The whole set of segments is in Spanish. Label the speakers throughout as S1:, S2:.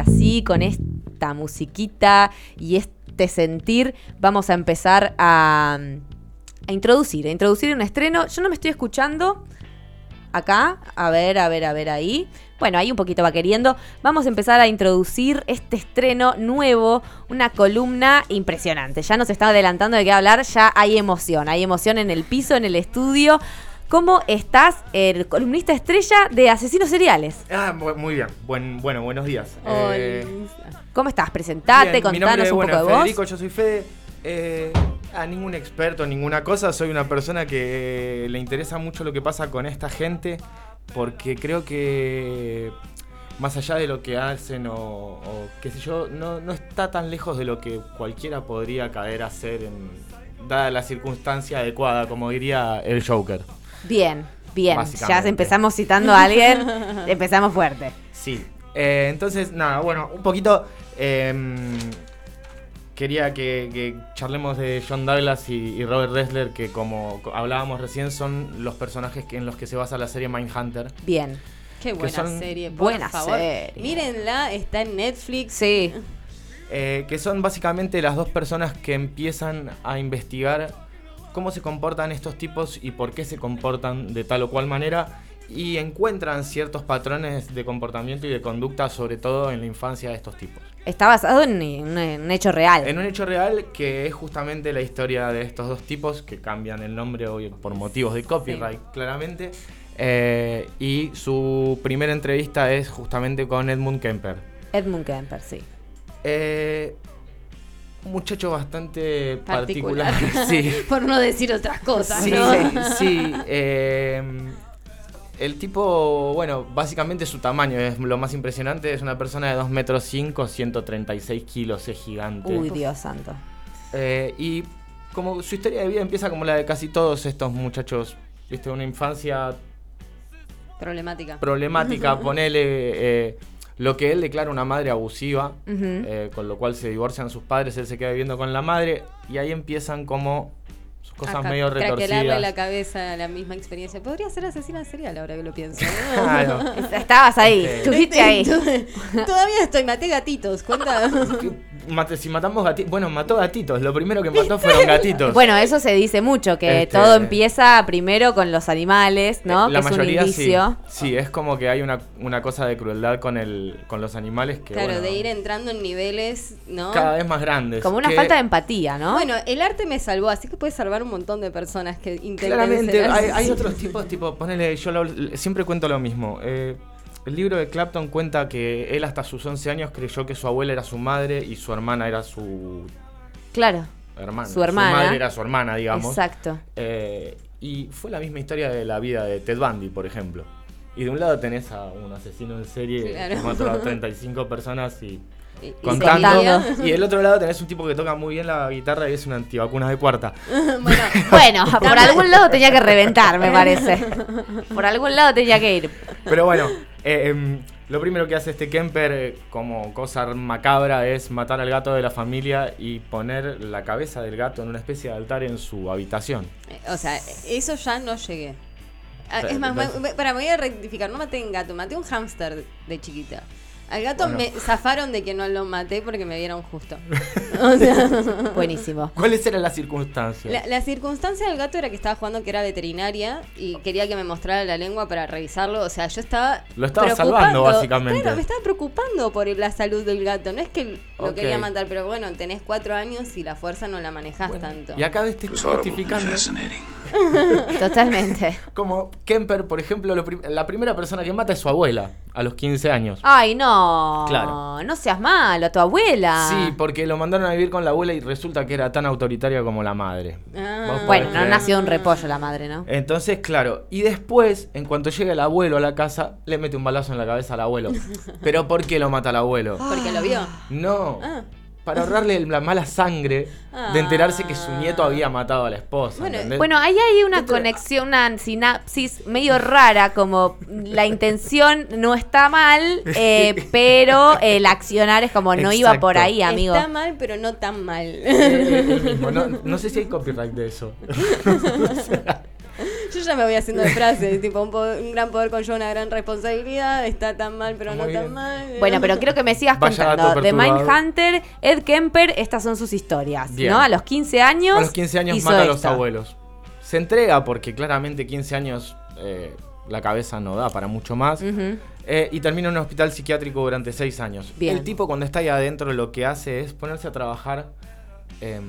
S1: así, con esta musiquita y este sentir, vamos a empezar a, a introducir, a introducir un estreno. Yo no me estoy escuchando acá. A ver, a ver, a ver ahí. Bueno, ahí un poquito va queriendo. Vamos a empezar a introducir este estreno nuevo, una columna impresionante. Ya nos está adelantando de qué hablar, ya hay emoción, hay emoción en el piso, en el estudio. ¿Cómo estás, el columnista estrella de Asesinos Seriales?
S2: Ah, bu- muy bien. Buen, bueno, buenos días. Eh,
S1: ¿Cómo estás? Presentate,
S2: bien, mi nombre
S1: contanos
S2: es,
S1: un
S2: bueno,
S1: poco de
S2: Federico,
S1: vos.
S2: yo soy Fede. Eh, a ningún experto, ninguna cosa. Soy una persona que eh, le interesa mucho lo que pasa con esta gente porque creo que más allá de lo que hacen o, o qué sé yo, no, no está tan lejos de lo que cualquiera podría caer a hacer en, dada la circunstancia adecuada, como diría el Joker.
S1: Bien, bien. Ya
S2: Básicamente.
S1: empezamos citando a alguien, empezamos fuerte.
S2: Sí. Eh, entonces, nada, bueno, un poquito. em, quería que, que charlemos de John Douglas y, y Robert Ressler, que como co- hablábamos recién, son los personajes que- en los que se basa la serie Mindhunter.
S1: Bien.
S3: Qué
S2: que
S3: buena
S2: son
S3: serie, por
S1: buena
S3: favor.
S1: serie.
S3: Mírenla, está en Netflix.
S1: Sí,
S2: eh, que son básicamente las dos personas que empiezan a investigar cómo se comportan estos tipos y por qué se comportan de tal o cual manera y encuentran ciertos patrones de comportamiento y de conducta, sobre todo en la infancia de estos tipos.
S1: está basado en, en- en un hecho real.
S2: En un hecho real que es justamente la historia de estos dos tipos que cambian el nombre hoy por motivos de copyright, claramente. Eh, y su primera entrevista es justamente con Edmund Kemper.
S1: Edmund Kemper, sí.
S2: Eh, un muchacho bastante particular.
S3: Particular.
S2: sí.
S3: Por no decir otras cosas,
S2: Sí,
S3: ¿no?
S2: sí. eh, el tipo, bueno, básicamente su tamaño es lo más impresionante. Es una persona de 2 metros 5, 136 kilos, es gigante.
S1: Uy, Dios santo.
S2: Eh, y como su historia de vida empieza como la de casi todos estos muchachos. Viste, una infancia
S3: Problemática.
S2: problemática, ponele eh, lo que él declara una madre abusiva,
S1: Ujú.
S2: eh, con lo cual se divorcian sus padres, él se queda viviendo con la madre y ahí empiezan como sus cosas
S3: Acá,
S2: medio
S3: Craquelarle la
S2: retorcidas.
S3: cabeza la misma experiencia. Podría ser asesina serial ahora que lo pienso. ¿eh? ¿no?
S2: Claro.
S1: Estabas ahí,
S2: Ok.
S1: estuviste ahí.
S3: Todavía estoy, maté gatitos, cuenta.
S2: Mate- si matamos gatitos, bueno, mató gatitos, lo primero que mató fueron gatitos.
S1: Bueno, eso se dice mucho, que
S2: Este- eh,
S1: todo empieza primero con los animales, ¿no?
S2: La
S1: que
S2: mayoría
S1: es un indicio.
S2: sí. Sí, es como que hay una, una cosa de crueldad con el con los animales que
S3: Claro,
S2: bueno,
S3: de ir entrando en niveles, ¿no?
S2: cada vez más grandes.
S1: Como una
S2: que-
S1: falta de empatía, ¿no?
S3: Bueno, el arte me salvó, así que puede salvar un montón de personas que intentan
S2: Claramente,
S3: ser
S2: hay, hay
S3: asesinos.
S2: otros tipos, tipo, ponele, yo lo- siempre cuento lo mismo. Eh, el libro de Clapton cuenta que él hasta sus 11 años creyó que su abuela era su madre y su hermana era su
S1: claro,
S2: hermana.
S1: Su hermana.
S2: madre era su hermana, digamos.
S1: exacto.
S2: Eh, y fue la misma historia de la vida de Ted Bundy, por ejemplo. Y de un lado tenés a un asesino en serie que
S3: Claro.
S2: mató a 35 personas y
S3: Y- y
S2: contando.
S3: seguía.
S2: Y del otro lado tenés un tipo que toca muy bien la guitarra y es un antivacunas de cuarta.
S3: Bueno,
S1: Bueno, por algún lado tenía que reventar, me parece. Por algún lado tenía que ir.
S2: Pero bueno, eh, em, lo primero que hace este Kemper eh, como cosa macabra es matar al gato de la familia y poner la cabeza del gato en una especie de altar en su habitación.
S3: Eh, O sea, eso ya no llegué. Ah,
S2: Pero,
S3: Es más,
S2: entonces-
S3: para, me voy a rectificar. No maté un gato, maté un hámster de chiquita. Al gato
S2: Bueno.
S3: me zafaron de que no lo maté porque me vieron justo.
S1: Buenísimo.
S2: ¿Cuáles eran las circunstancias?
S3: La, la circunstancia del gato era que estaba jugando que era veterinaria y quería que me mostrara la lengua para revisarlo. O sea, yo estaba.
S2: Lo estaba
S3: preocupando.
S2: salvando, básicamente.
S3: Claro, me estaba preocupando por la salud del gato. No es que lo
S2: Ok.
S3: quería matar, pero bueno, tenés cuatro años y la fuerza no la manejás
S2: Bueno,
S3: tanto.
S2: Y acá este justificando
S1: Totalmente.
S2: como Kemper, por ejemplo, lo prim- la primera persona que mata es su abuela a los 15 años.
S1: Ay, no.
S2: Claro.
S1: No seas malo, a tu
S3: Ah.
S1: abuela.
S2: Sí, porque lo mandaron a vivir con la abuela y resulta que era tan autoritaria como la madre.
S3: Ah.
S2: Vos podés
S1: Bueno, no
S2: creer.
S1: nació un repollo la madre, ¿no?
S2: Entonces, claro, y después, en cuanto llega el abuelo a la casa, le mete un balazo en la cabeza al abuelo. Pero ¿por qué lo mata al abuelo?
S1: Ah.
S3: Porque lo vio.
S2: No. Para ahorrarle el- la mala sangre de enterarse que su nieto había matado a la esposa.
S3: Bueno,
S1: Ah.
S2: ¿entendés?
S1: Bueno, ahí hay una conexión, una sinapsis medio rara, como la intención no está mal, eh, pero el accionar es como no iba por
S2: Exacto.
S1: ahí, amigo.
S3: Está mal, pero no tan mal.
S2: Eh, eh, el mismo. No, no sé si hay copyright de eso.
S3: Yo Yo ya me voy haciendo de frases, tipo un, po- un gran poder conlleva una gran responsabilidad, está tan mal pero
S2: Muy
S3: Eh, no tan
S2: bien.
S3: mal.
S1: Bueno, pero quiero que me sigas
S2: Vaya dato
S1: contando. De
S2: perturbador.
S1: Mindhunter, Ed Kemper, estas son sus historias,
S2: Bien.
S1: ¿no? A los 15 años.
S2: A los 15 años
S1: hizo
S2: mata a los
S1: esto.
S2: abuelos. Se entrega porque claramente 15 años eh, la cabeza no da para mucho más.
S1: Ujú.
S2: Eh, y termina en un hospital psiquiátrico durante 6 años.
S1: Bien.
S2: El tipo cuando está ahí adentro lo que hace es ponerse a trabajar eh,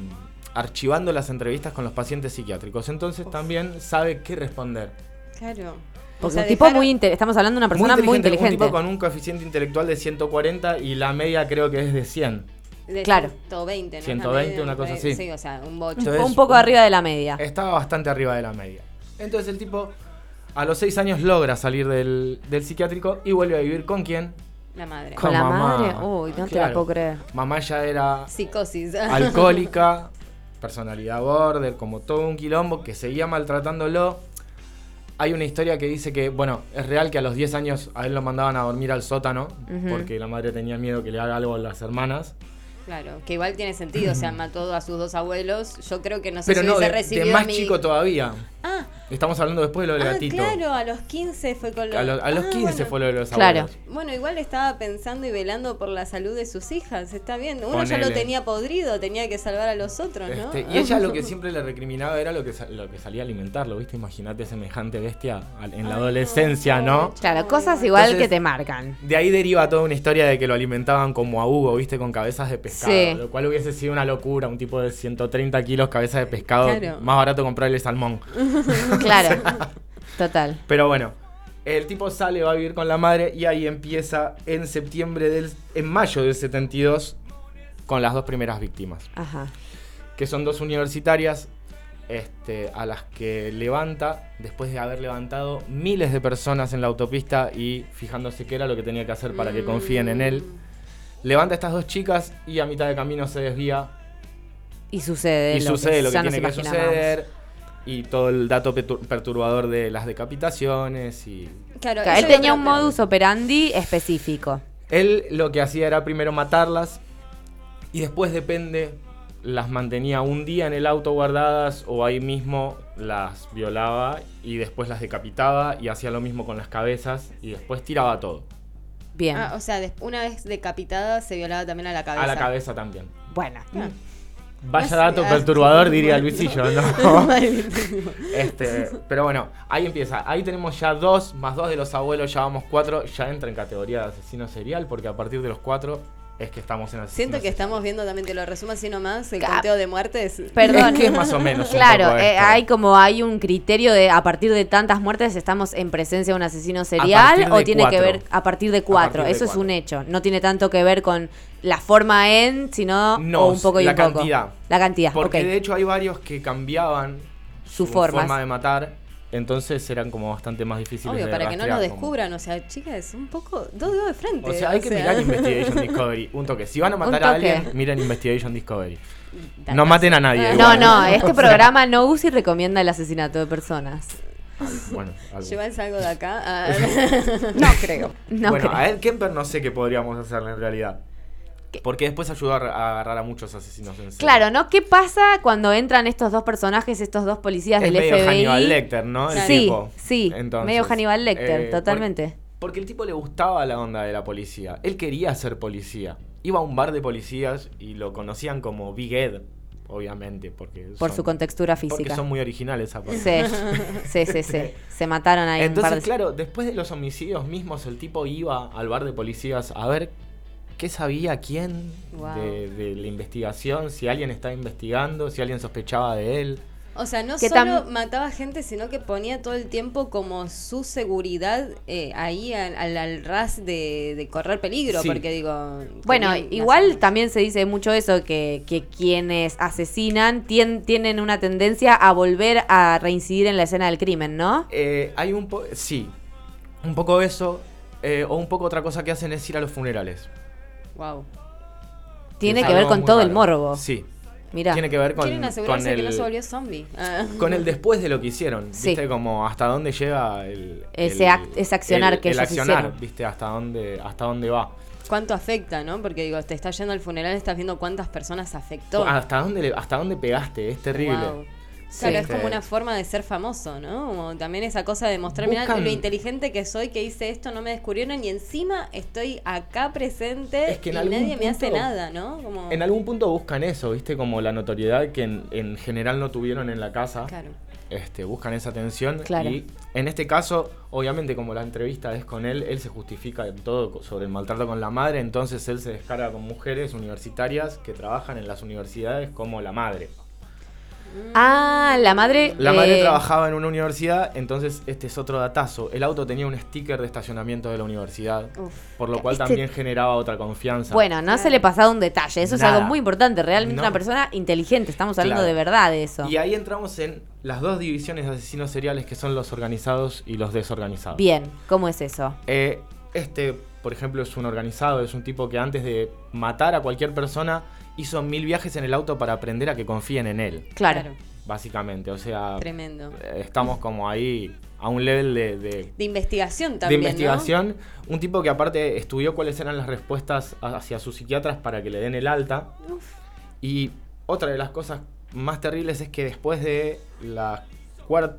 S2: archivando las entrevistas con los pacientes psiquiátricos. Entonces también sabe qué responder.
S3: Claro.
S1: Porque
S3: O sea,
S1: un tipo
S3: dejar-
S1: muy inte- Estamos hablando de una persona muy inteligente.
S2: Un tipo con un coeficiente intelectual de 140 y la media creo que es de 100.
S3: de
S1: Claro.
S3: 120, ¿no?
S2: 120,
S3: media,
S2: una cosa
S3: media,
S2: así.
S3: Sí, o sea, un bocho.
S2: Entonces,
S1: un poco arriba de la media.
S2: Estaba bastante arriba de la media. Entonces el tipo a los 6 años logra salir del, del psiquiátrico y vuelve a vivir con quién?
S3: La madre.
S1: Con la
S2: mamá.
S1: madre. Uy, no te la
S2: Claro.
S1: puedo creer.
S2: Mamá ya era
S3: Psicosis.
S2: Ah. alcohólica, personalidad border, como todo un quilombo que seguía maltratándolo. Hay una historia que dice que, bueno, es real que a los 10 años a él lo mandaban a dormir al sótano
S1: Ujú.
S2: porque la madre tenía miedo que le haga algo a las hermanas.
S3: Claro, que igual tiene sentido, o sea, mató a sus dos abuelos. Yo creo que no sé
S2: Pero
S3: si
S2: no,
S3: hubiese
S2: de, de
S3: recibido
S2: más
S3: mi-
S2: chico todavía.
S3: Ah,
S2: Estamos hablando después de lo del
S3: ah,
S2: gatito.
S3: claro, a los 15 fue con los...
S2: A, lo- a los
S3: Ah,
S2: 15
S3: bueno.
S2: fue lo de los
S1: Claro.
S2: abuelos.
S3: Bueno, igual estaba pensando y velando por la salud de sus hijas, está bien. Uno ya lo
S2: Ponele.
S3: tenía podrido, tenía que salvar a los otros, ¿no?
S2: Este, y ella lo que siempre le recriminaba era lo que, sa- lo que salía a alimentarlo, ¿viste? Imagínate semejante bestia al- en la adolescencia, ¿no?
S1: Claro, cosas igual que
S2: Entonces-
S1: te marcan.
S2: De ahí deriva toda una historia de que lo alimentaban como a Hugo, ¿viste? Con cabezas de pescado.
S1: Sí.
S2: Lo cual hubiese sido una locura, un tipo de 130 kilos, cabeza de pescado.
S3: Claro.
S2: Más barato comprarle salmón.
S1: Claro. Total.
S2: Pero bueno, el tipo sale, va a vivir con la madre y ahí empieza en septiembre del... En mayo del 72 con las dos primeras víctimas.
S1: Ajá.
S2: que son dos universitarias este, a las que levanta después de haber levantado miles de personas en la autopista y fijándose qué era lo que tenía que hacer para que confíen en él. Levanta a estas dos chicas y a mitad de camino se desvía
S1: Y sucede.
S2: y sucede lo que
S1: ya
S2: tiene que
S1: nos imaginamos.
S2: suceder. Y todo el dato petu- perturbador de las decapitaciones y...
S3: Claro,
S1: Claro,
S3: eso
S1: él
S3: es
S1: tenía
S3: otra
S1: un
S3: clave.
S1: modus operandi específico.
S2: Él lo que hacía era primero matarlas y después depende, las mantenía un día en el auto guardadas o ahí mismo las violaba y después las decapitaba y hacía lo mismo con las cabezas y después tiraba todo.
S1: Bien.
S3: Ah, o sea, des- una vez decapitada se violaba también a la cabeza.
S2: A la cabeza también.
S1: bueno.
S3: Ah.
S2: Vaya
S3: sé,
S2: dato
S3: ah,
S2: perturbador,
S3: sí,
S2: diría
S3: bueno.
S2: Luisillo, ¿no?
S3: Malísimo.
S2: Este, pero bueno, ahí empieza. Ahí tenemos ya dos, más dos de los abuelos, ya vamos cuatro, ya entra en categoría de asesino serial, porque a partir de los cuatro es que estamos en asesino
S3: Siento que
S2: serial.
S3: estamos viendo también, te lo resumo así nomás, el
S1: Cap.
S3: conteo de muertes.
S1: Perdón.
S2: Es que es más o menos. un
S1: Claro,
S2: poco
S1: eh,
S2: esto.
S1: hay como hay un criterio de a partir de tantas muertes estamos en presencia de un asesino
S2: partir
S1: serial
S2: de
S1: o tiene que
S2: cuatro.
S1: ver a partir de cuatro.
S2: partir de
S1: Eso es
S2: cuatro.
S1: un hecho. No tiene tanto que ver con la forma en, sino
S2: No,
S1: o un poco y
S2: la
S1: un poco.
S2: cantidad.
S1: La cantidad.
S2: Porque
S1: ok.
S2: de hecho hay varios que cambiaban
S1: Sus formas.
S2: forma de matar, entonces eran como bastante más difíciles
S3: Obvio,
S2: de
S3: para que no nos
S2: rastrear, como-
S3: descubran, o sea, chicas, un poco, dos dedos de frente.
S2: O sea, hay que mirar Investigation Discovery, un toque. Si van a matar a
S1: toque.
S2: alguien, miren Investigation Discovery.
S3: Datazo.
S2: No maten a nadie.
S1: No,
S2: igual.
S1: no, este programa no usa y recomienda el asesinato de personas.
S2: Bueno, algo.
S3: Llevarse algo de acá. Ah,
S1: No creo. No
S2: bueno,
S1: creo.
S2: a Ed Kemper no sé qué podríamos hacerle en realidad.
S1: ¿Qué?
S2: Porque después ayudó a a agarrar a muchos asesinos en serie.
S1: Claro, ¿no? ¿Qué pasa cuando entran estos dos personajes, estos dos policías
S2: Es
S1: del
S2: medio
S1: FBI?
S2: Hannibal Lecter, ¿no? El
S1: sí,
S2: tipo.
S1: sí,
S2: Entonces,
S1: medio Hannibal Lecter,
S2: eh, por-
S1: totalmente.
S2: Porque el tipo le gustaba la onda de la policía. Él quería ser policía. Iba a un bar de policías y lo conocían como Big Ed, obviamente, porque
S1: Por
S2: son-
S1: su contextura
S2: Porque
S1: física.
S2: son muy originales aparte.
S1: Sí, sí, sí, sí. Se mataron ahí un par de...
S2: Entonces, claro, después de los homicidios mismos, el tipo iba al bar de policías a ver qué sabía quién
S3: Wow.
S2: de, de la investigación, si alguien estaba investigando, si alguien sospechaba de él.
S3: O sea, no
S1: Que
S3: solo
S1: tam-
S3: mataba gente, sino que ponía todo el tiempo como su seguridad eh, ahí al, al- al ras de, de correr peligro,
S2: Sí.
S3: porque digo...
S1: Bueno,
S3: tenían
S1: igual
S3: las-
S1: también se dice mucho eso, que, que quienes asesinan tien- tienen una tendencia a volver a reincidir en la escena del crimen, ¿no?
S2: Eh, hay un po sí, un poco eso, eh, o un poco otra cosa que hacen es ir a los funerales.
S3: Wow.
S1: Tiene
S2: Es
S1: que ver
S2: algo
S1: con
S2: muy
S1: todo el
S2: raro.
S1: morbo.
S2: Sí,
S1: Mirá.
S2: tiene que ver con,
S3: Quieren
S2: con
S3: asegurarse
S2: el,
S3: que no se volvió zombie. Ah.
S2: con el después de lo que hicieron.
S1: Sí.
S2: ¿Viste? Como hasta dónde llega el.
S1: Ese
S2: el-
S1: act- ese accionar
S2: el-
S1: que
S2: el
S1: ellos
S2: accionar,
S1: hicieron.
S2: ¿viste? Hasta dónde, hasta dónde va.
S3: ¿Cuánto afecta, no? Porque digo, te
S2: Ah,
S3: estás yendo al funeral, estás viendo cuántas personas afectó.
S2: Hasta dónde, le- hasta dónde pegaste, es terrible.
S3: Wow. Claro, es
S1: Sí.
S3: como una forma de ser famoso, ¿no? Como también esa cosa de mostrar, mirá
S2: Buscan-
S3: lo inteligente que soy, que hice esto, no me descubrieron y encima estoy acá presente
S2: Es que
S3: y
S2: en algún
S3: nadie me hace
S2: punto-
S3: nada, ¿no? Como...
S2: En algún punto buscan eso, ¿viste? Como la notoriedad que en, en general no tuvieron en la casa.
S3: Claro.
S2: Este, buscan esa atención.
S1: Claro.
S2: Y en este caso, obviamente, como la entrevista es con él, él se justifica en todo co- sobre el maltrato con la madre, entonces él se descarga con mujeres universitarias que trabajan en las universidades como la madre.
S1: Ah, la madre.
S2: La madre
S1: eh,
S2: trabajaba en una universidad, entonces este es otro datazo. El auto tenía un sticker de estacionamiento de la universidad,
S3: Uf.
S2: por lo cual
S1: Este-
S2: también generaba otra confianza.
S1: Bueno, no se le pasaba un detalle. Eso es
S2: Nada.
S1: algo muy importante. Realmente
S2: No.
S1: una persona inteligente. Estamos hablando
S2: Claro.
S1: de verdad de eso.
S2: Y ahí entramos en las dos divisiones de asesinos seriales que son los organizados y los desorganizados.
S1: Bien, ¿cómo es eso?
S2: Eh, este, por ejemplo, es un organizado, es un tipo que antes de matar a cualquier persona hizo mil viajes en el auto para aprender a que confíen en él,
S1: Claro.
S2: básicamente. O sea,
S3: Tremendo.
S2: eh, estamos como ahí a un level de- de,
S3: De investigación también.
S2: de
S3: ¿no?
S2: investigación. Un tipo que aparte estudió cuáles eran las respuestas a- hacia sus psiquiatras para que le den el alta. Y otra de las cosas más terribles es que después de la cuarta,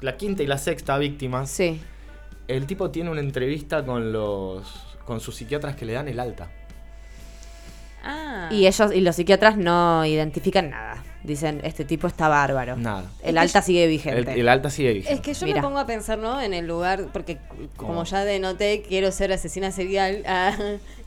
S2: la quinta y la sexta víctimas,
S1: Sí.
S2: el tipo tiene una entrevista con los con sus psiquiatras que le dan el alta.
S3: Ah.
S1: Y ellos y los psiquiatras no identifican nada. Dicen, este tipo está bárbaro.
S2: Nada.
S1: El alta sigue
S2: El,
S1: vigente.
S2: el alta sigue vigente.
S3: Es que yo
S1: Mira.
S3: me pongo a pensar, ¿no? En el lugar, porque como
S2: ¿Cómo?
S3: ya denoté, quiero ser asesina serial. ah,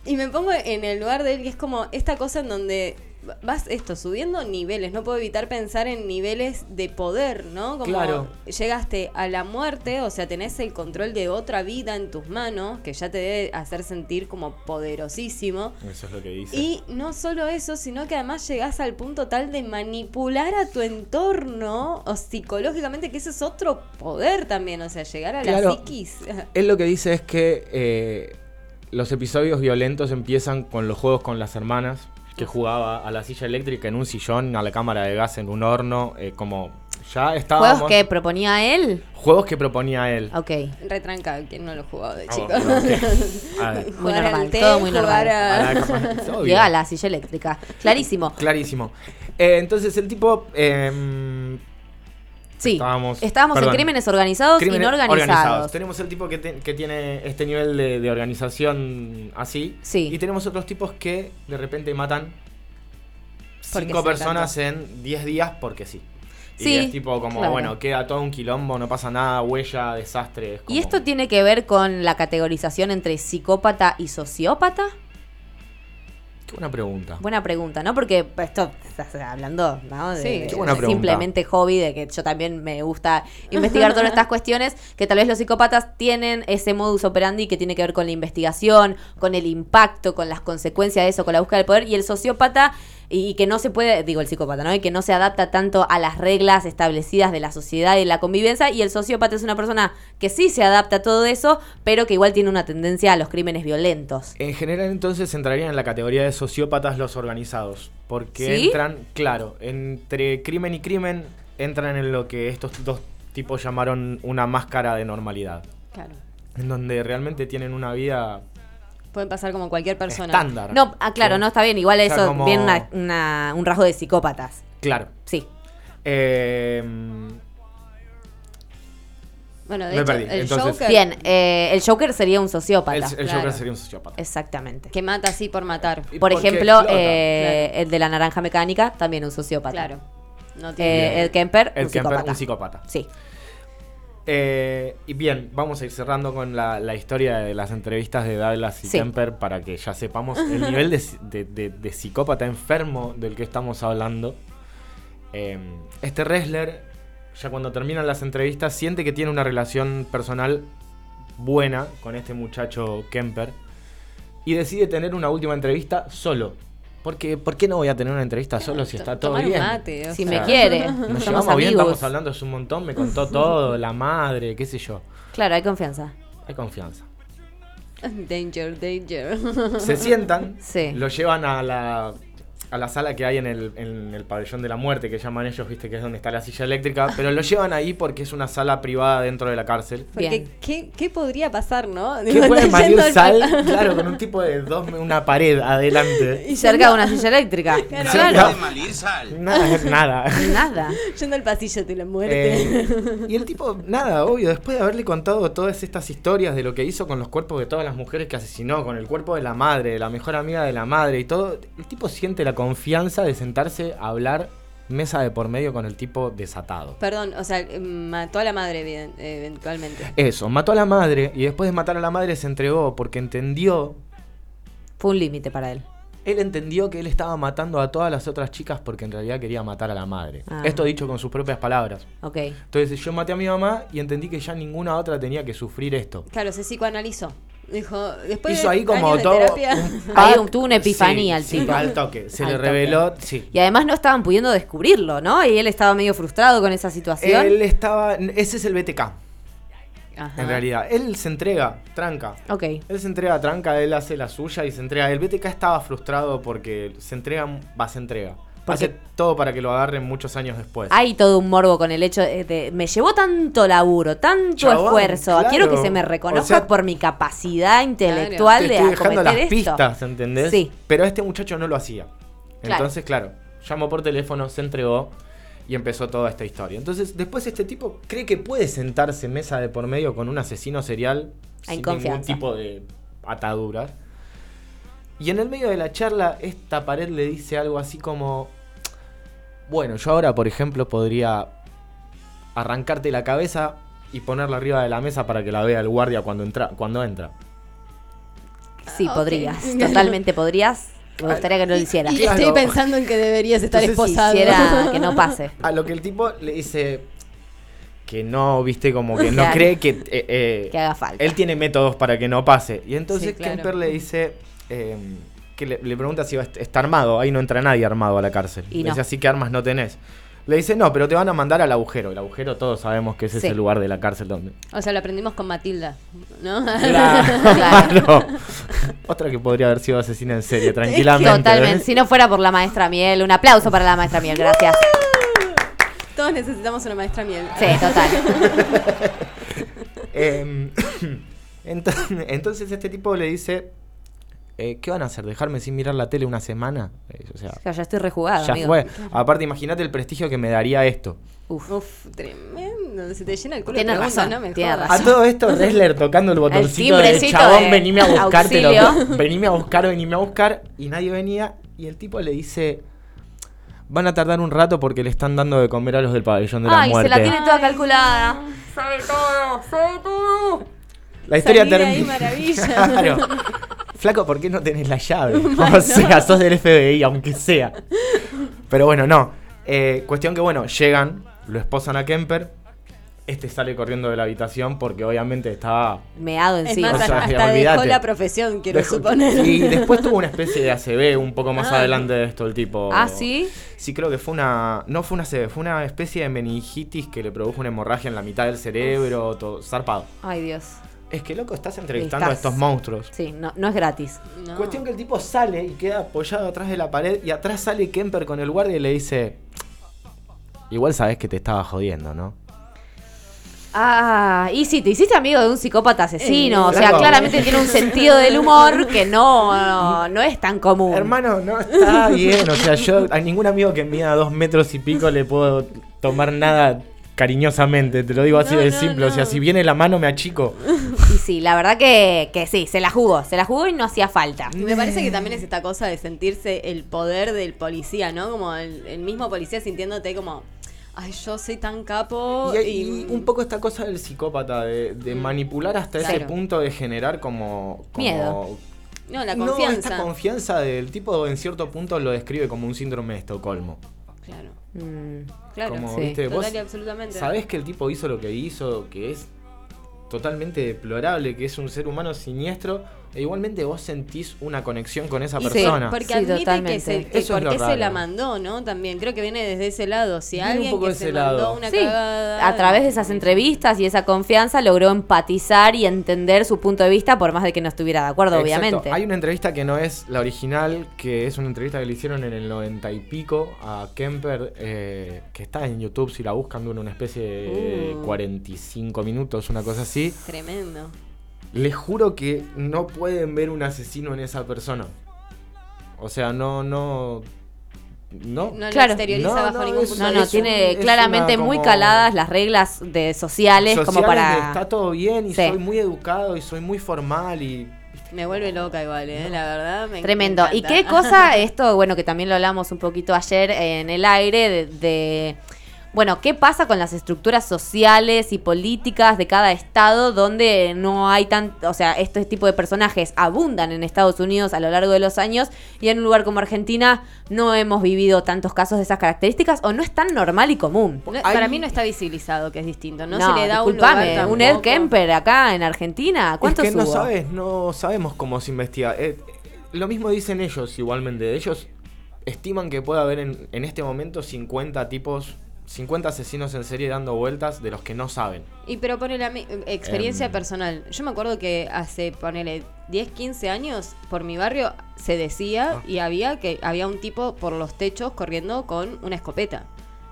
S3: y me pongo en el lugar de él, que es como esta cosa en donde vas esto, subiendo niveles. No puedo evitar pensar en niveles de poder, ¿no? Como
S2: Claro.
S3: llegaste a la muerte, o sea, tenés el control de otra vida en tus manos, que ya te debe hacer sentir como poderosísimo.
S2: Eso es lo que dice.
S3: Y no solo eso, sino que además llegás al punto tal de manipular a tu entorno o psicológicamente, que ese es otro poder también, o sea, llegar a la
S2: Claro.
S3: psiquis.
S2: Él lo que dice es que eh, los episodios violentos empiezan con los juegos con las hermanas, que jugaba a la silla eléctrica en un sillón, a la cámara de gas en un horno, eh, como ya estábamos...
S1: ¿Juegos que Ah, proponía él?
S2: Juegos que proponía él.
S1: Ok.
S3: Retrancado, quien no lo jugaba de
S2: Ah,
S3: chico.
S2: bueno, ok. Ah, A ver.
S1: Muy
S3: Jugar al
S1: normal,
S3: té,
S1: todo muy
S3: jugar
S1: normal.
S2: A
S3: a-
S2: la cámara- es obvio.
S1: Llega a la silla eléctrica. Clarísimo.
S2: Clarísimo. Eh, entonces el tipo... eh,
S1: Sí. Estábamos,
S2: Estábamos-
S1: en
S2: perdón.
S1: crímenes organizados y
S2: crímenes
S1: no organizados.
S2: Tenemos el tipo que, te- que tiene este nivel de, de organización así.
S1: Sí.
S2: Y tenemos otros tipos que de repente matan
S3: Porque
S2: cinco
S3: sí,
S2: personas en 10 días porque sí. Y
S1: Sí,
S2: es tipo como,
S1: claro.
S2: bueno, queda todo un quilombo, no pasa nada, huella, desastre. es como-
S1: ¿Y esto tiene que ver con la categorización entre psicópata y sociópata?
S2: Qué buena pregunta.
S1: Buena pregunta, ¿no? Porque esto estás hablando, ¿no? De,
S3: Sí.
S1: de-
S3: Qué
S2: buena
S1: de
S2: pregunta.
S1: simplemente hobby, de que yo también me gusta investigar todas estas cuestiones, que tal vez los psicópatas tienen ese modus operandi que tiene que ver con la investigación, con el impacto, con las consecuencias de eso, con la búsqueda del poder, y el sociópata, y, y que no se puede, digo el psicópata, ¿no? Y que no se adapta tanto a las reglas establecidas de la sociedad y la convivencia, y el sociópata es una persona que sí se adapta a todo eso, pero que igual tiene una tendencia a los crímenes violentos.
S2: En general entonces entrarían en la categoría de sociópatas los organizados, porque
S1: ¿Sí?
S2: entran, claro, entre crimen y crimen entran en lo que estos dos tipos llamaron una máscara de normalidad,
S3: Claro.
S2: en donde realmente tienen una vida
S3: Pueden pasar como cualquier persona.
S2: estándar.
S1: No, ah, claro,
S2: Sí.
S1: no está bien. Igual
S2: O sea,
S1: eso
S2: como-
S1: viene una- una- un rasgo de psicópatas.
S2: Claro.
S1: Sí.
S2: Eh,
S3: Bueno, de
S2: Me
S3: hecho,
S2: perdí,
S3: el
S2: entonces-
S3: Joker
S1: Bien, eh, el Joker sería un sociópata.
S2: el el
S3: claro.
S2: Joker sería un sociópata.
S1: Exactamente.
S3: que mata así por matar.
S2: Y
S1: Por
S2: porque
S1: ejemplo,
S2: explota.
S1: eh, el de la naranja mecánica, también un sociópata.
S3: Claro. No tiene.
S1: Eh,
S2: Bien.
S1: el Kemper,
S2: El
S1: un
S2: Kemper,
S1: psicópata.
S2: un psicópata.
S1: Sí.
S2: Eh, y bien, vamos a ir cerrando con la, la historia de las entrevistas de Douglas y
S1: Sí.
S2: Kemper para que ya sepamos el nivel de, de- de- de psicópata enfermo del que estamos hablando. Eh, este wrestler, ya cuando terminan las entrevistas, siente que tiene una relación personal buena con este muchacho Kemper y decide tener una última entrevista solo. Porque, ¿Por qué no voy a tener una entrevista solo si está todo
S3: Tomar un
S2: bien?
S3: mate, o
S1: Si
S3: sea.
S1: me quiere.
S2: Nos
S1: somos
S2: llevamos bien,
S1: amigos.
S2: estamos hablando hace un montón, me contó todo, la madre, qué sé yo.
S1: Claro, hay confianza.
S2: Hay confianza.
S3: Danger, danger.
S2: Se sientan,
S1: Sí.
S2: lo llevan a la a la sala que hay en el, en el pabellón de la muerte, que llaman ellos, viste, que es donde está la silla eléctrica, pero lo llevan ahí porque es una sala privada dentro de la cárcel.
S3: Porque,
S1: Bien.
S3: ¿qué, qué podría pasar, no?
S2: ¿Qué
S3: Digo,
S2: puede
S3: está
S2: marir
S3: yendo al-
S2: sal? Claro, con un tipo de dos, una pared adelante.
S1: Y cerca de una silla eléctrica.
S3: Claro.
S1: Claro.
S4: malir sal.
S2: Nada, es nada.
S1: Nada.
S3: Yendo al pasillo de la muerte.
S2: Eh, y el tipo, nada, obvio, después de haberle contado todas estas historias de lo que hizo con los cuerpos de todas las mujeres que asesinó, con el cuerpo de la madre, de la mejor amiga de la madre y todo, el tipo siente la confianza de sentarse a hablar mesa de por medio con el tipo desatado.
S3: Perdón, o sea, eh, mató a la madre eviden- eventualmente.
S2: Eso, mató a la madre y después de matar a la madre se entregó porque entendió,
S1: Fue un límite para él.
S2: él entendió que él estaba matando a todas las otras chicas porque en realidad quería matar a la madre.
S1: Ah.
S2: Esto dicho con sus propias palabras.
S1: Ok.
S2: Entonces yo maté a mi mamá y entendí que ya ninguna otra tenía que sufrir esto.
S3: Claro, se psicoanalizó. Dijo, después
S2: Hizo
S3: de
S2: ahí como
S3: años de
S2: todo.
S3: terapia-
S2: un
S1: Ahí
S2: pack.
S1: un- tuvo una epifanía
S2: Sí,
S1: el tipo.
S2: Sí, al toque. Se
S1: Al
S2: le
S1: toque.
S2: reveló. Sí.
S1: Y además no estaban pudiendo descubrirlo, ¿no? Y él estaba medio frustrado con esa situación.
S2: Él estaba. Ese es el BTK,
S3: Ajá.
S2: en realidad. Él se entrega, tranca.
S1: Ok.
S2: Él se entrega a tranca, él hace la suya y se entrega. El BTK estaba frustrado porque se entrega, va, se entrega.
S1: Porque-
S2: Hace todo para que lo agarren muchos años después.
S1: Hay todo un morbo con el hecho de, de- me llevó tanto laburo, tanto
S2: Chabón,
S1: esfuerzo.
S2: claro.
S1: Quiero que se me reconozca
S2: O sea,
S1: por mi capacidad intelectual
S2: Te
S1: de
S2: estoy dejando
S1: acometer
S2: las
S1: esto.
S2: pistas, ¿entendés?
S1: Sí.
S2: Pero este muchacho no lo hacía.
S1: Claro.
S2: Entonces, claro, llamó por teléfono, se entregó y empezó toda esta historia. Entonces, después este tipo cree que puede sentarse mesa de por medio con un asesino serial
S1: En
S2: sin ningún
S1: confianza.
S2: tipo de ataduras. Y en el medio de la charla, esta pared le dice algo así como, bueno, yo ahora, por ejemplo, podría arrancarte la cabeza y ponerla arriba de la mesa para que la vea el guardia cuando entra. Cuando entra.
S1: Sí,
S3: Ah, ok.
S1: podrías. Totalmente podrías. Me gustaría que no lo hicieras.
S3: Y
S2: Claro.
S3: estoy pensando en que deberías estar
S2: Entonces, si
S3: esposado.
S1: Quisiera que no pase.
S2: A lo que el tipo le dice que no, viste, como que no
S1: Claro.
S2: cree que... eh, eh,
S1: Que haga falta.
S2: él tiene métodos para que no pase. Y entonces
S3: Sí, claro.
S2: Kemper le dice... eh, que le, le pregunta si va a est- está armado. Ahí no entra nadie armado a la cárcel.
S1: Y
S2: Le
S1: no.
S2: dice, así que armas no tenés. Le dice, no, pero te van a mandar al agujero. El agujero todos sabemos que es
S1: Sí.
S2: ese lugar de la cárcel donde...
S3: O sea, lo aprendimos con Matilda, ¿no?
S1: Claro.
S2: Claro. Otra que podría haber sido asesina en serie, tranquilamente.
S1: Totalmente. Si no fuera por la maestra Miel, un aplauso para la maestra Miel, gracias.
S3: Todos necesitamos una maestra miel.
S1: Sí, total.
S2: Em, ento- entonces este tipo le dice, eh, ¿qué van a hacer? ¿Dejarme sin mirar la tele una semana? Eh, o sea,
S1: Ya estoy rejugado,
S2: ya
S1: amigo.
S2: fue. Aparte, imagínate el prestigio que me daría esto.
S1: Uf.
S3: Uf, tremendo. Se te llena el culo.
S1: Tiene
S3: de preguntas,
S1: razón,
S3: no me
S1: tiene
S3: jodas.
S2: A todo esto, Ressler tocando el botoncito de
S1: timbrecito
S2: chabón,
S1: de
S2: venime a buscártelo.
S1: auxilio.
S2: Venime a buscar, venime a buscar. Y nadie venía. Y el tipo le dice, van a tardar un rato porque le están dando de comer a los del pabellón de la
S1: Ay, se
S2: muerte.
S1: la tiene toda calculada.
S2: La historia
S3: Salí de ahí,
S2: termina.
S3: maravilla.
S2: Claro. Flaco, ¿por qué no tenés la llave? O sea, sos del FBI, aunque sea. Pero bueno, no. Eh, cuestión que, bueno, llegan, lo esposan a Kemper. Este sale corriendo de la habitación porque obviamente estaba.
S1: Meado
S3: Es
S1: encima.
S3: más,
S2: O sea,
S3: hasta dejó
S2: olvídate.
S3: la profesión, quiero
S2: Dejó-
S3: suponer.
S2: Y después tuvo una especie de ACB un poco más
S3: Ah.
S2: adelante de esto, el tipo.
S1: Ah, sí.
S2: Sí, creo que fue una. No fue una ACB, fue una especie de meningitis que le produjo una hemorragia en la mitad del cerebro, todo, zarpado.
S1: Ay, Dios.
S2: Es que, loco, estás entrevistando
S1: Estás-
S2: a estos monstruos.
S1: Sí, no, no es gratis.
S3: No.
S2: Cuestión que el tipo sale y queda apoyado atrás de la pared y atrás sale Kemper con el guardia y le dice, igual sabes que te estaba jodiendo, ¿no?
S1: Ah, y sí, te hiciste amigo de un psicópata asesino.
S2: Eh,
S1: o sea,
S2: claro.
S1: claramente tiene un sentido del humor que no, no, no es tan común.
S2: Hermano, no está bien, o sea, yo a ningún amigo que mida dos metros y pico le puedo tomar nada cariñosamente, te lo digo así
S3: No,
S2: de
S3: no,
S2: simple, o sea,
S3: no.
S2: si viene la mano me achico.
S1: Y sí, la verdad que, que sí, se la jugó. Se la jugó y no hacía falta.
S3: Y Me parece que también es esta cosa de sentirse el poder del policía, ¿no? Como el, el mismo policía sintiéndote como, ay, yo soy tan capo.
S2: Y,
S3: Oh, Y, mm,
S2: y un poco esta cosa del psicópata, de, de manipular hasta ese
S3: Claro.
S2: punto de generar como... como-
S1: Miedo.
S3: No, la
S2: No,
S3: confianza.
S2: esta confianza del tipo en cierto punto lo describe como un síndrome de Estocolmo.
S3: Claro,
S1: Mm,
S3: claro.
S2: Como,
S1: sí.
S2: viste, vos
S3: Total y absolutamente.
S2: sabés que el tipo hizo lo que hizo, que es totalmente deplorable, que es un ser humano siniestro, E igualmente vos sentís una conexión con esa
S3: Y sí,
S2: persona.
S1: por- Sí,
S3: porque admite
S1: totalmente.
S3: que, se, que
S2: Eso es lo
S3: porque se
S2: raro.
S3: la mandó, ¿no? También creo que viene desde ese lado. Si
S2: Viene un
S3: alguien
S2: poco
S3: que
S2: de
S3: se
S2: ese
S3: mandó
S2: lado.
S3: una
S1: Sí,
S3: cagada, mm,
S1: a través de esas entrevistas y esa confianza logró empatizar y entender su punto de vista, por más de que no estuviera de acuerdo,
S2: Exacto.
S1: obviamente.
S2: Hay una entrevista que no es la original, que es una entrevista que le hicieron en el noventa y pico a Kemper, eh, que está en YouTube, si la buscan, dura una especie de
S3: Uh.
S2: 45 minutos, una cosa así.
S3: Tremendo.
S2: Les juro que no pueden ver un asesino en esa persona. O sea, no, no. No.
S3: No lo
S1: Claro.
S3: exterioriza
S2: No,
S3: bajo
S2: no,
S3: ningún
S2: es-
S3: punto
S1: No,
S3: de
S1: no,
S2: Es
S3: vista.
S2: un-
S1: tiene
S2: es una
S1: claramente muy
S2: como-
S1: caladas las reglas de sociales, como
S2: Sociales
S1: para...
S2: de Está todo bien y
S1: Sí.
S2: soy muy educado y soy muy formal y.
S3: Me vuelve loca igual, ¿eh? La verdad. me- me
S1: Tremendo. ¿Y
S3: encanta.
S1: qué cosa esto, bueno, que también lo hablamos un poquito ayer en el aire, de, de, bueno, qué pasa con las estructuras sociales y políticas de cada estado donde no hay tan, o sea, este tipo de personajes abundan en Estados Unidos a lo largo de los años y en un lugar como Argentina no hemos vivido tantos casos de esas características o no es tan normal y común.
S3: No,
S2: Hay-
S3: Para mí no está visibilizado, que es distinto. No, se le da
S1: disculpame,
S3: un lugar
S1: Ed
S3: tampoco.
S1: Kemper acá en Argentina, ¿cuántos
S2: es que no
S1: hubo?
S2: sabes, no sabemos cómo se investiga. Eh, lo mismo dicen ellos igualmente. Ellos estiman que puede haber en, en este momento 50 tipos, 50 asesinos en serie dando vueltas de los que no saben.
S3: Y pero ponele a mí, experiencia
S2: Em.
S3: personal. Yo me acuerdo que hace, ponele, 10, 15 años, por mi barrio se
S2: Ah.
S3: decía y había que había un tipo por los techos corriendo con una escopeta.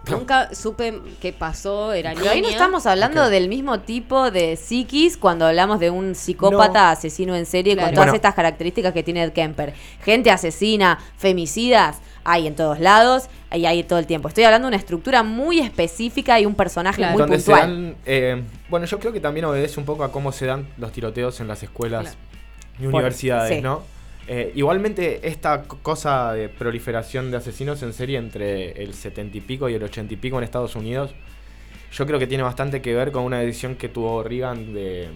S2: Ah.
S3: Nunca supe qué pasó, era
S1: Pero ahí no
S3: niña.
S1: estamos hablando
S2: Ok.
S1: del mismo tipo de psiquis cuando hablamos de un psicópata
S2: No.
S1: asesino en serie
S3: Claro.
S1: con todas
S2: Bueno.
S1: estas características que tiene Ed Kemper. Gente asesina, femicidas, hay en todos lados y hay todo el tiempo. Estoy hablando de una estructura muy específica y un personaje
S3: Claro.
S1: muy
S2: Donde se
S1: puntual.
S2: dan, eh, bueno, yo creo que también obedece un poco a cómo se dan los tiroteos en las escuelas y
S1: Por-
S2: universidades,
S1: sí.
S2: ¿no? Eh, igualmente, esta c- cosa de proliferación de asesinos en serie entre el 70 y pico y el 80 y pico en Estados Unidos, yo creo que tiene bastante que ver con una decisión que tuvo Reagan de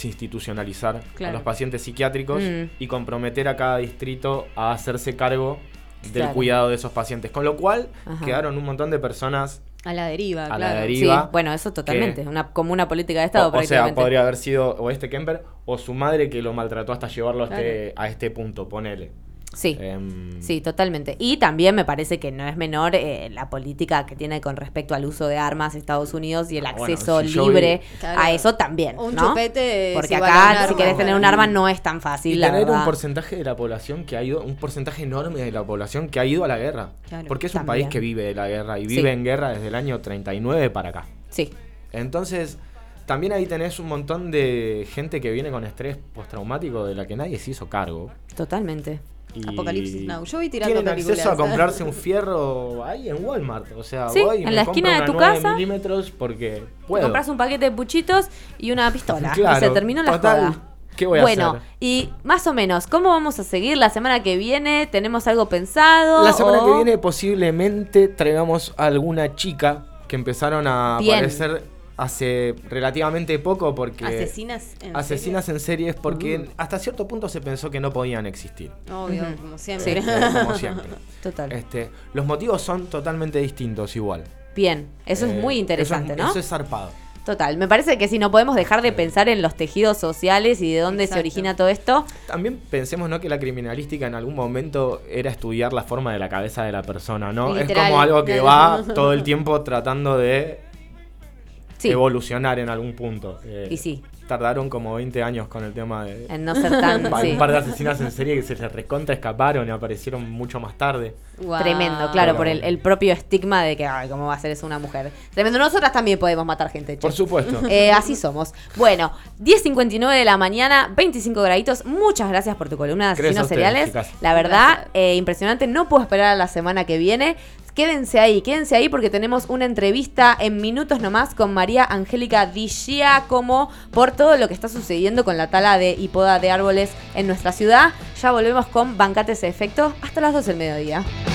S2: desinstitucionalizar a
S3: Claro.
S2: los pacientes psiquiátricos
S1: Mm.
S2: y comprometer a cada distrito a hacerse cargo del
S1: Claro.
S2: cuidado de esos pacientes. Con lo cual,
S1: Ajá.
S2: quedaron un montón de personas
S3: A la deriva,
S2: A la
S3: claro.
S2: deriva.
S1: Sí,
S2: Iba,
S1: bueno, eso totalmente.
S2: que-
S1: Una, como una política de Estado,
S2: o, o sea,
S1: prácticamente.
S2: podría haber sido o este Kemper o su madre que lo maltrató hasta llevarlo a, este, a este punto, ponele.
S1: Sí.
S2: Em,
S1: Sí, totalmente. Y también me parece que no es menor eh, la política que tiene con respecto al uso de armas Estados Unidos y el
S2: Ah, bueno,
S1: acceso
S2: si yo
S1: libre
S3: vi- Claro.
S1: a eso también.
S3: Un
S1: ¿no?
S3: chupete es
S1: Porque
S3: igual a un
S1: acá, si
S3: arma,
S1: querés tener un
S3: claro.
S1: arma, no es tan fácil,
S2: y
S1: la
S2: tener un
S1: verdad.
S2: porcentaje de la población que ha ido, un porcentaje enorme de la población que ha ido a la guerra.
S3: Claro,
S2: porque es un
S1: también.
S2: país que vive de la guerra y
S1: Sí.
S2: vive en guerra desde el año 39 para acá.
S1: Sí,
S2: Entonces, también ahí tenés un montón de gente que viene con estrés postraumático de la que nadie se hizo cargo.
S1: totalmente.
S2: Y
S3: Apocalipsis Now. Yo voy tirando
S2: Tienen
S3: películas.
S2: acceso a comprarse un fierro ahí en Walmart. O sea,
S1: Sí,
S2: voy y
S1: en
S2: me
S1: la
S2: compro
S1: esquina de
S2: una
S1: tu
S2: 9
S1: casa.
S2: milímetros porque
S1: Te
S2: puedo.
S1: compras un paquete de puchitos y una pistola.
S2: Claro,
S1: y se terminó la
S2: total,
S1: joda.
S2: ¿qué voy a
S1: bueno,
S2: hacer?
S1: y más o menos, ¿cómo vamos a seguir la semana que viene? ¿Tenemos algo pensado?
S2: La semana
S1: o-
S2: que viene posiblemente traigamos a alguna chica que empezaron a
S1: Bien.
S2: aparecer hace relativamente poco porque...
S3: Asesinas. en
S2: asesinas en series porque
S1: Mm.
S2: hasta cierto punto se pensó que no podían existir.
S3: serie. Obvio,
S1: Ujú.
S3: como siempre.
S2: Este, como siempre.
S1: Total.
S2: Este, los motivos son totalmente distintos igual.
S1: Bien, eso
S2: Eh,
S1: es muy interesante,
S2: eso es-
S1: ¿no?
S2: Eso es Eh. zarpado.
S1: Total, me parece que si no podemos dejar de pensar en los tejidos sociales y de dónde se
S3: Exacto.
S1: origina todo esto.
S2: También pensemos, ¿no? Que la criminalística en algún momento era estudiar la forma de la cabeza de la persona, ¿no?
S3: Literal.
S2: Es como algo que va todo el tiempo tratando de
S1: Sí,
S2: evolucionar en algún punto. Eh,
S1: Y sí.
S2: Tardaron como 20 años con el tema de...
S1: en no ser tan...
S2: Pa-
S1: sí.
S2: Un par de asesinas en serie que se les recontra escaparon y aparecieron mucho más tarde.
S3: Guau.
S1: Tremendo, claro,
S2: Pero-
S1: por el, el propio estigma de que, ay, ¿cómo va a ser eso una mujer? Tremendo, nosotras también podemos matar gente, che.
S2: Por supuesto.
S1: Eh, así somos. Bueno, 10.59 de la mañana, 25 graditos. Muchas gracias por tu columna de
S2: Gracias a
S1: asesinos
S2: ustedes,
S1: seriales.
S2: chicas.
S1: La verdad,
S3: Gracias.
S1: eh, impresionante. No puedo esperar a la semana que viene. Quédense ahí, quédense ahí porque tenemos una entrevista en minutos nomás con María Angélica Digia como por todo lo que está sucediendo con la tala de y poda de árboles en nuestra ciudad. Ya volvemos con Bancates Efecto hasta las 12 del mediodía.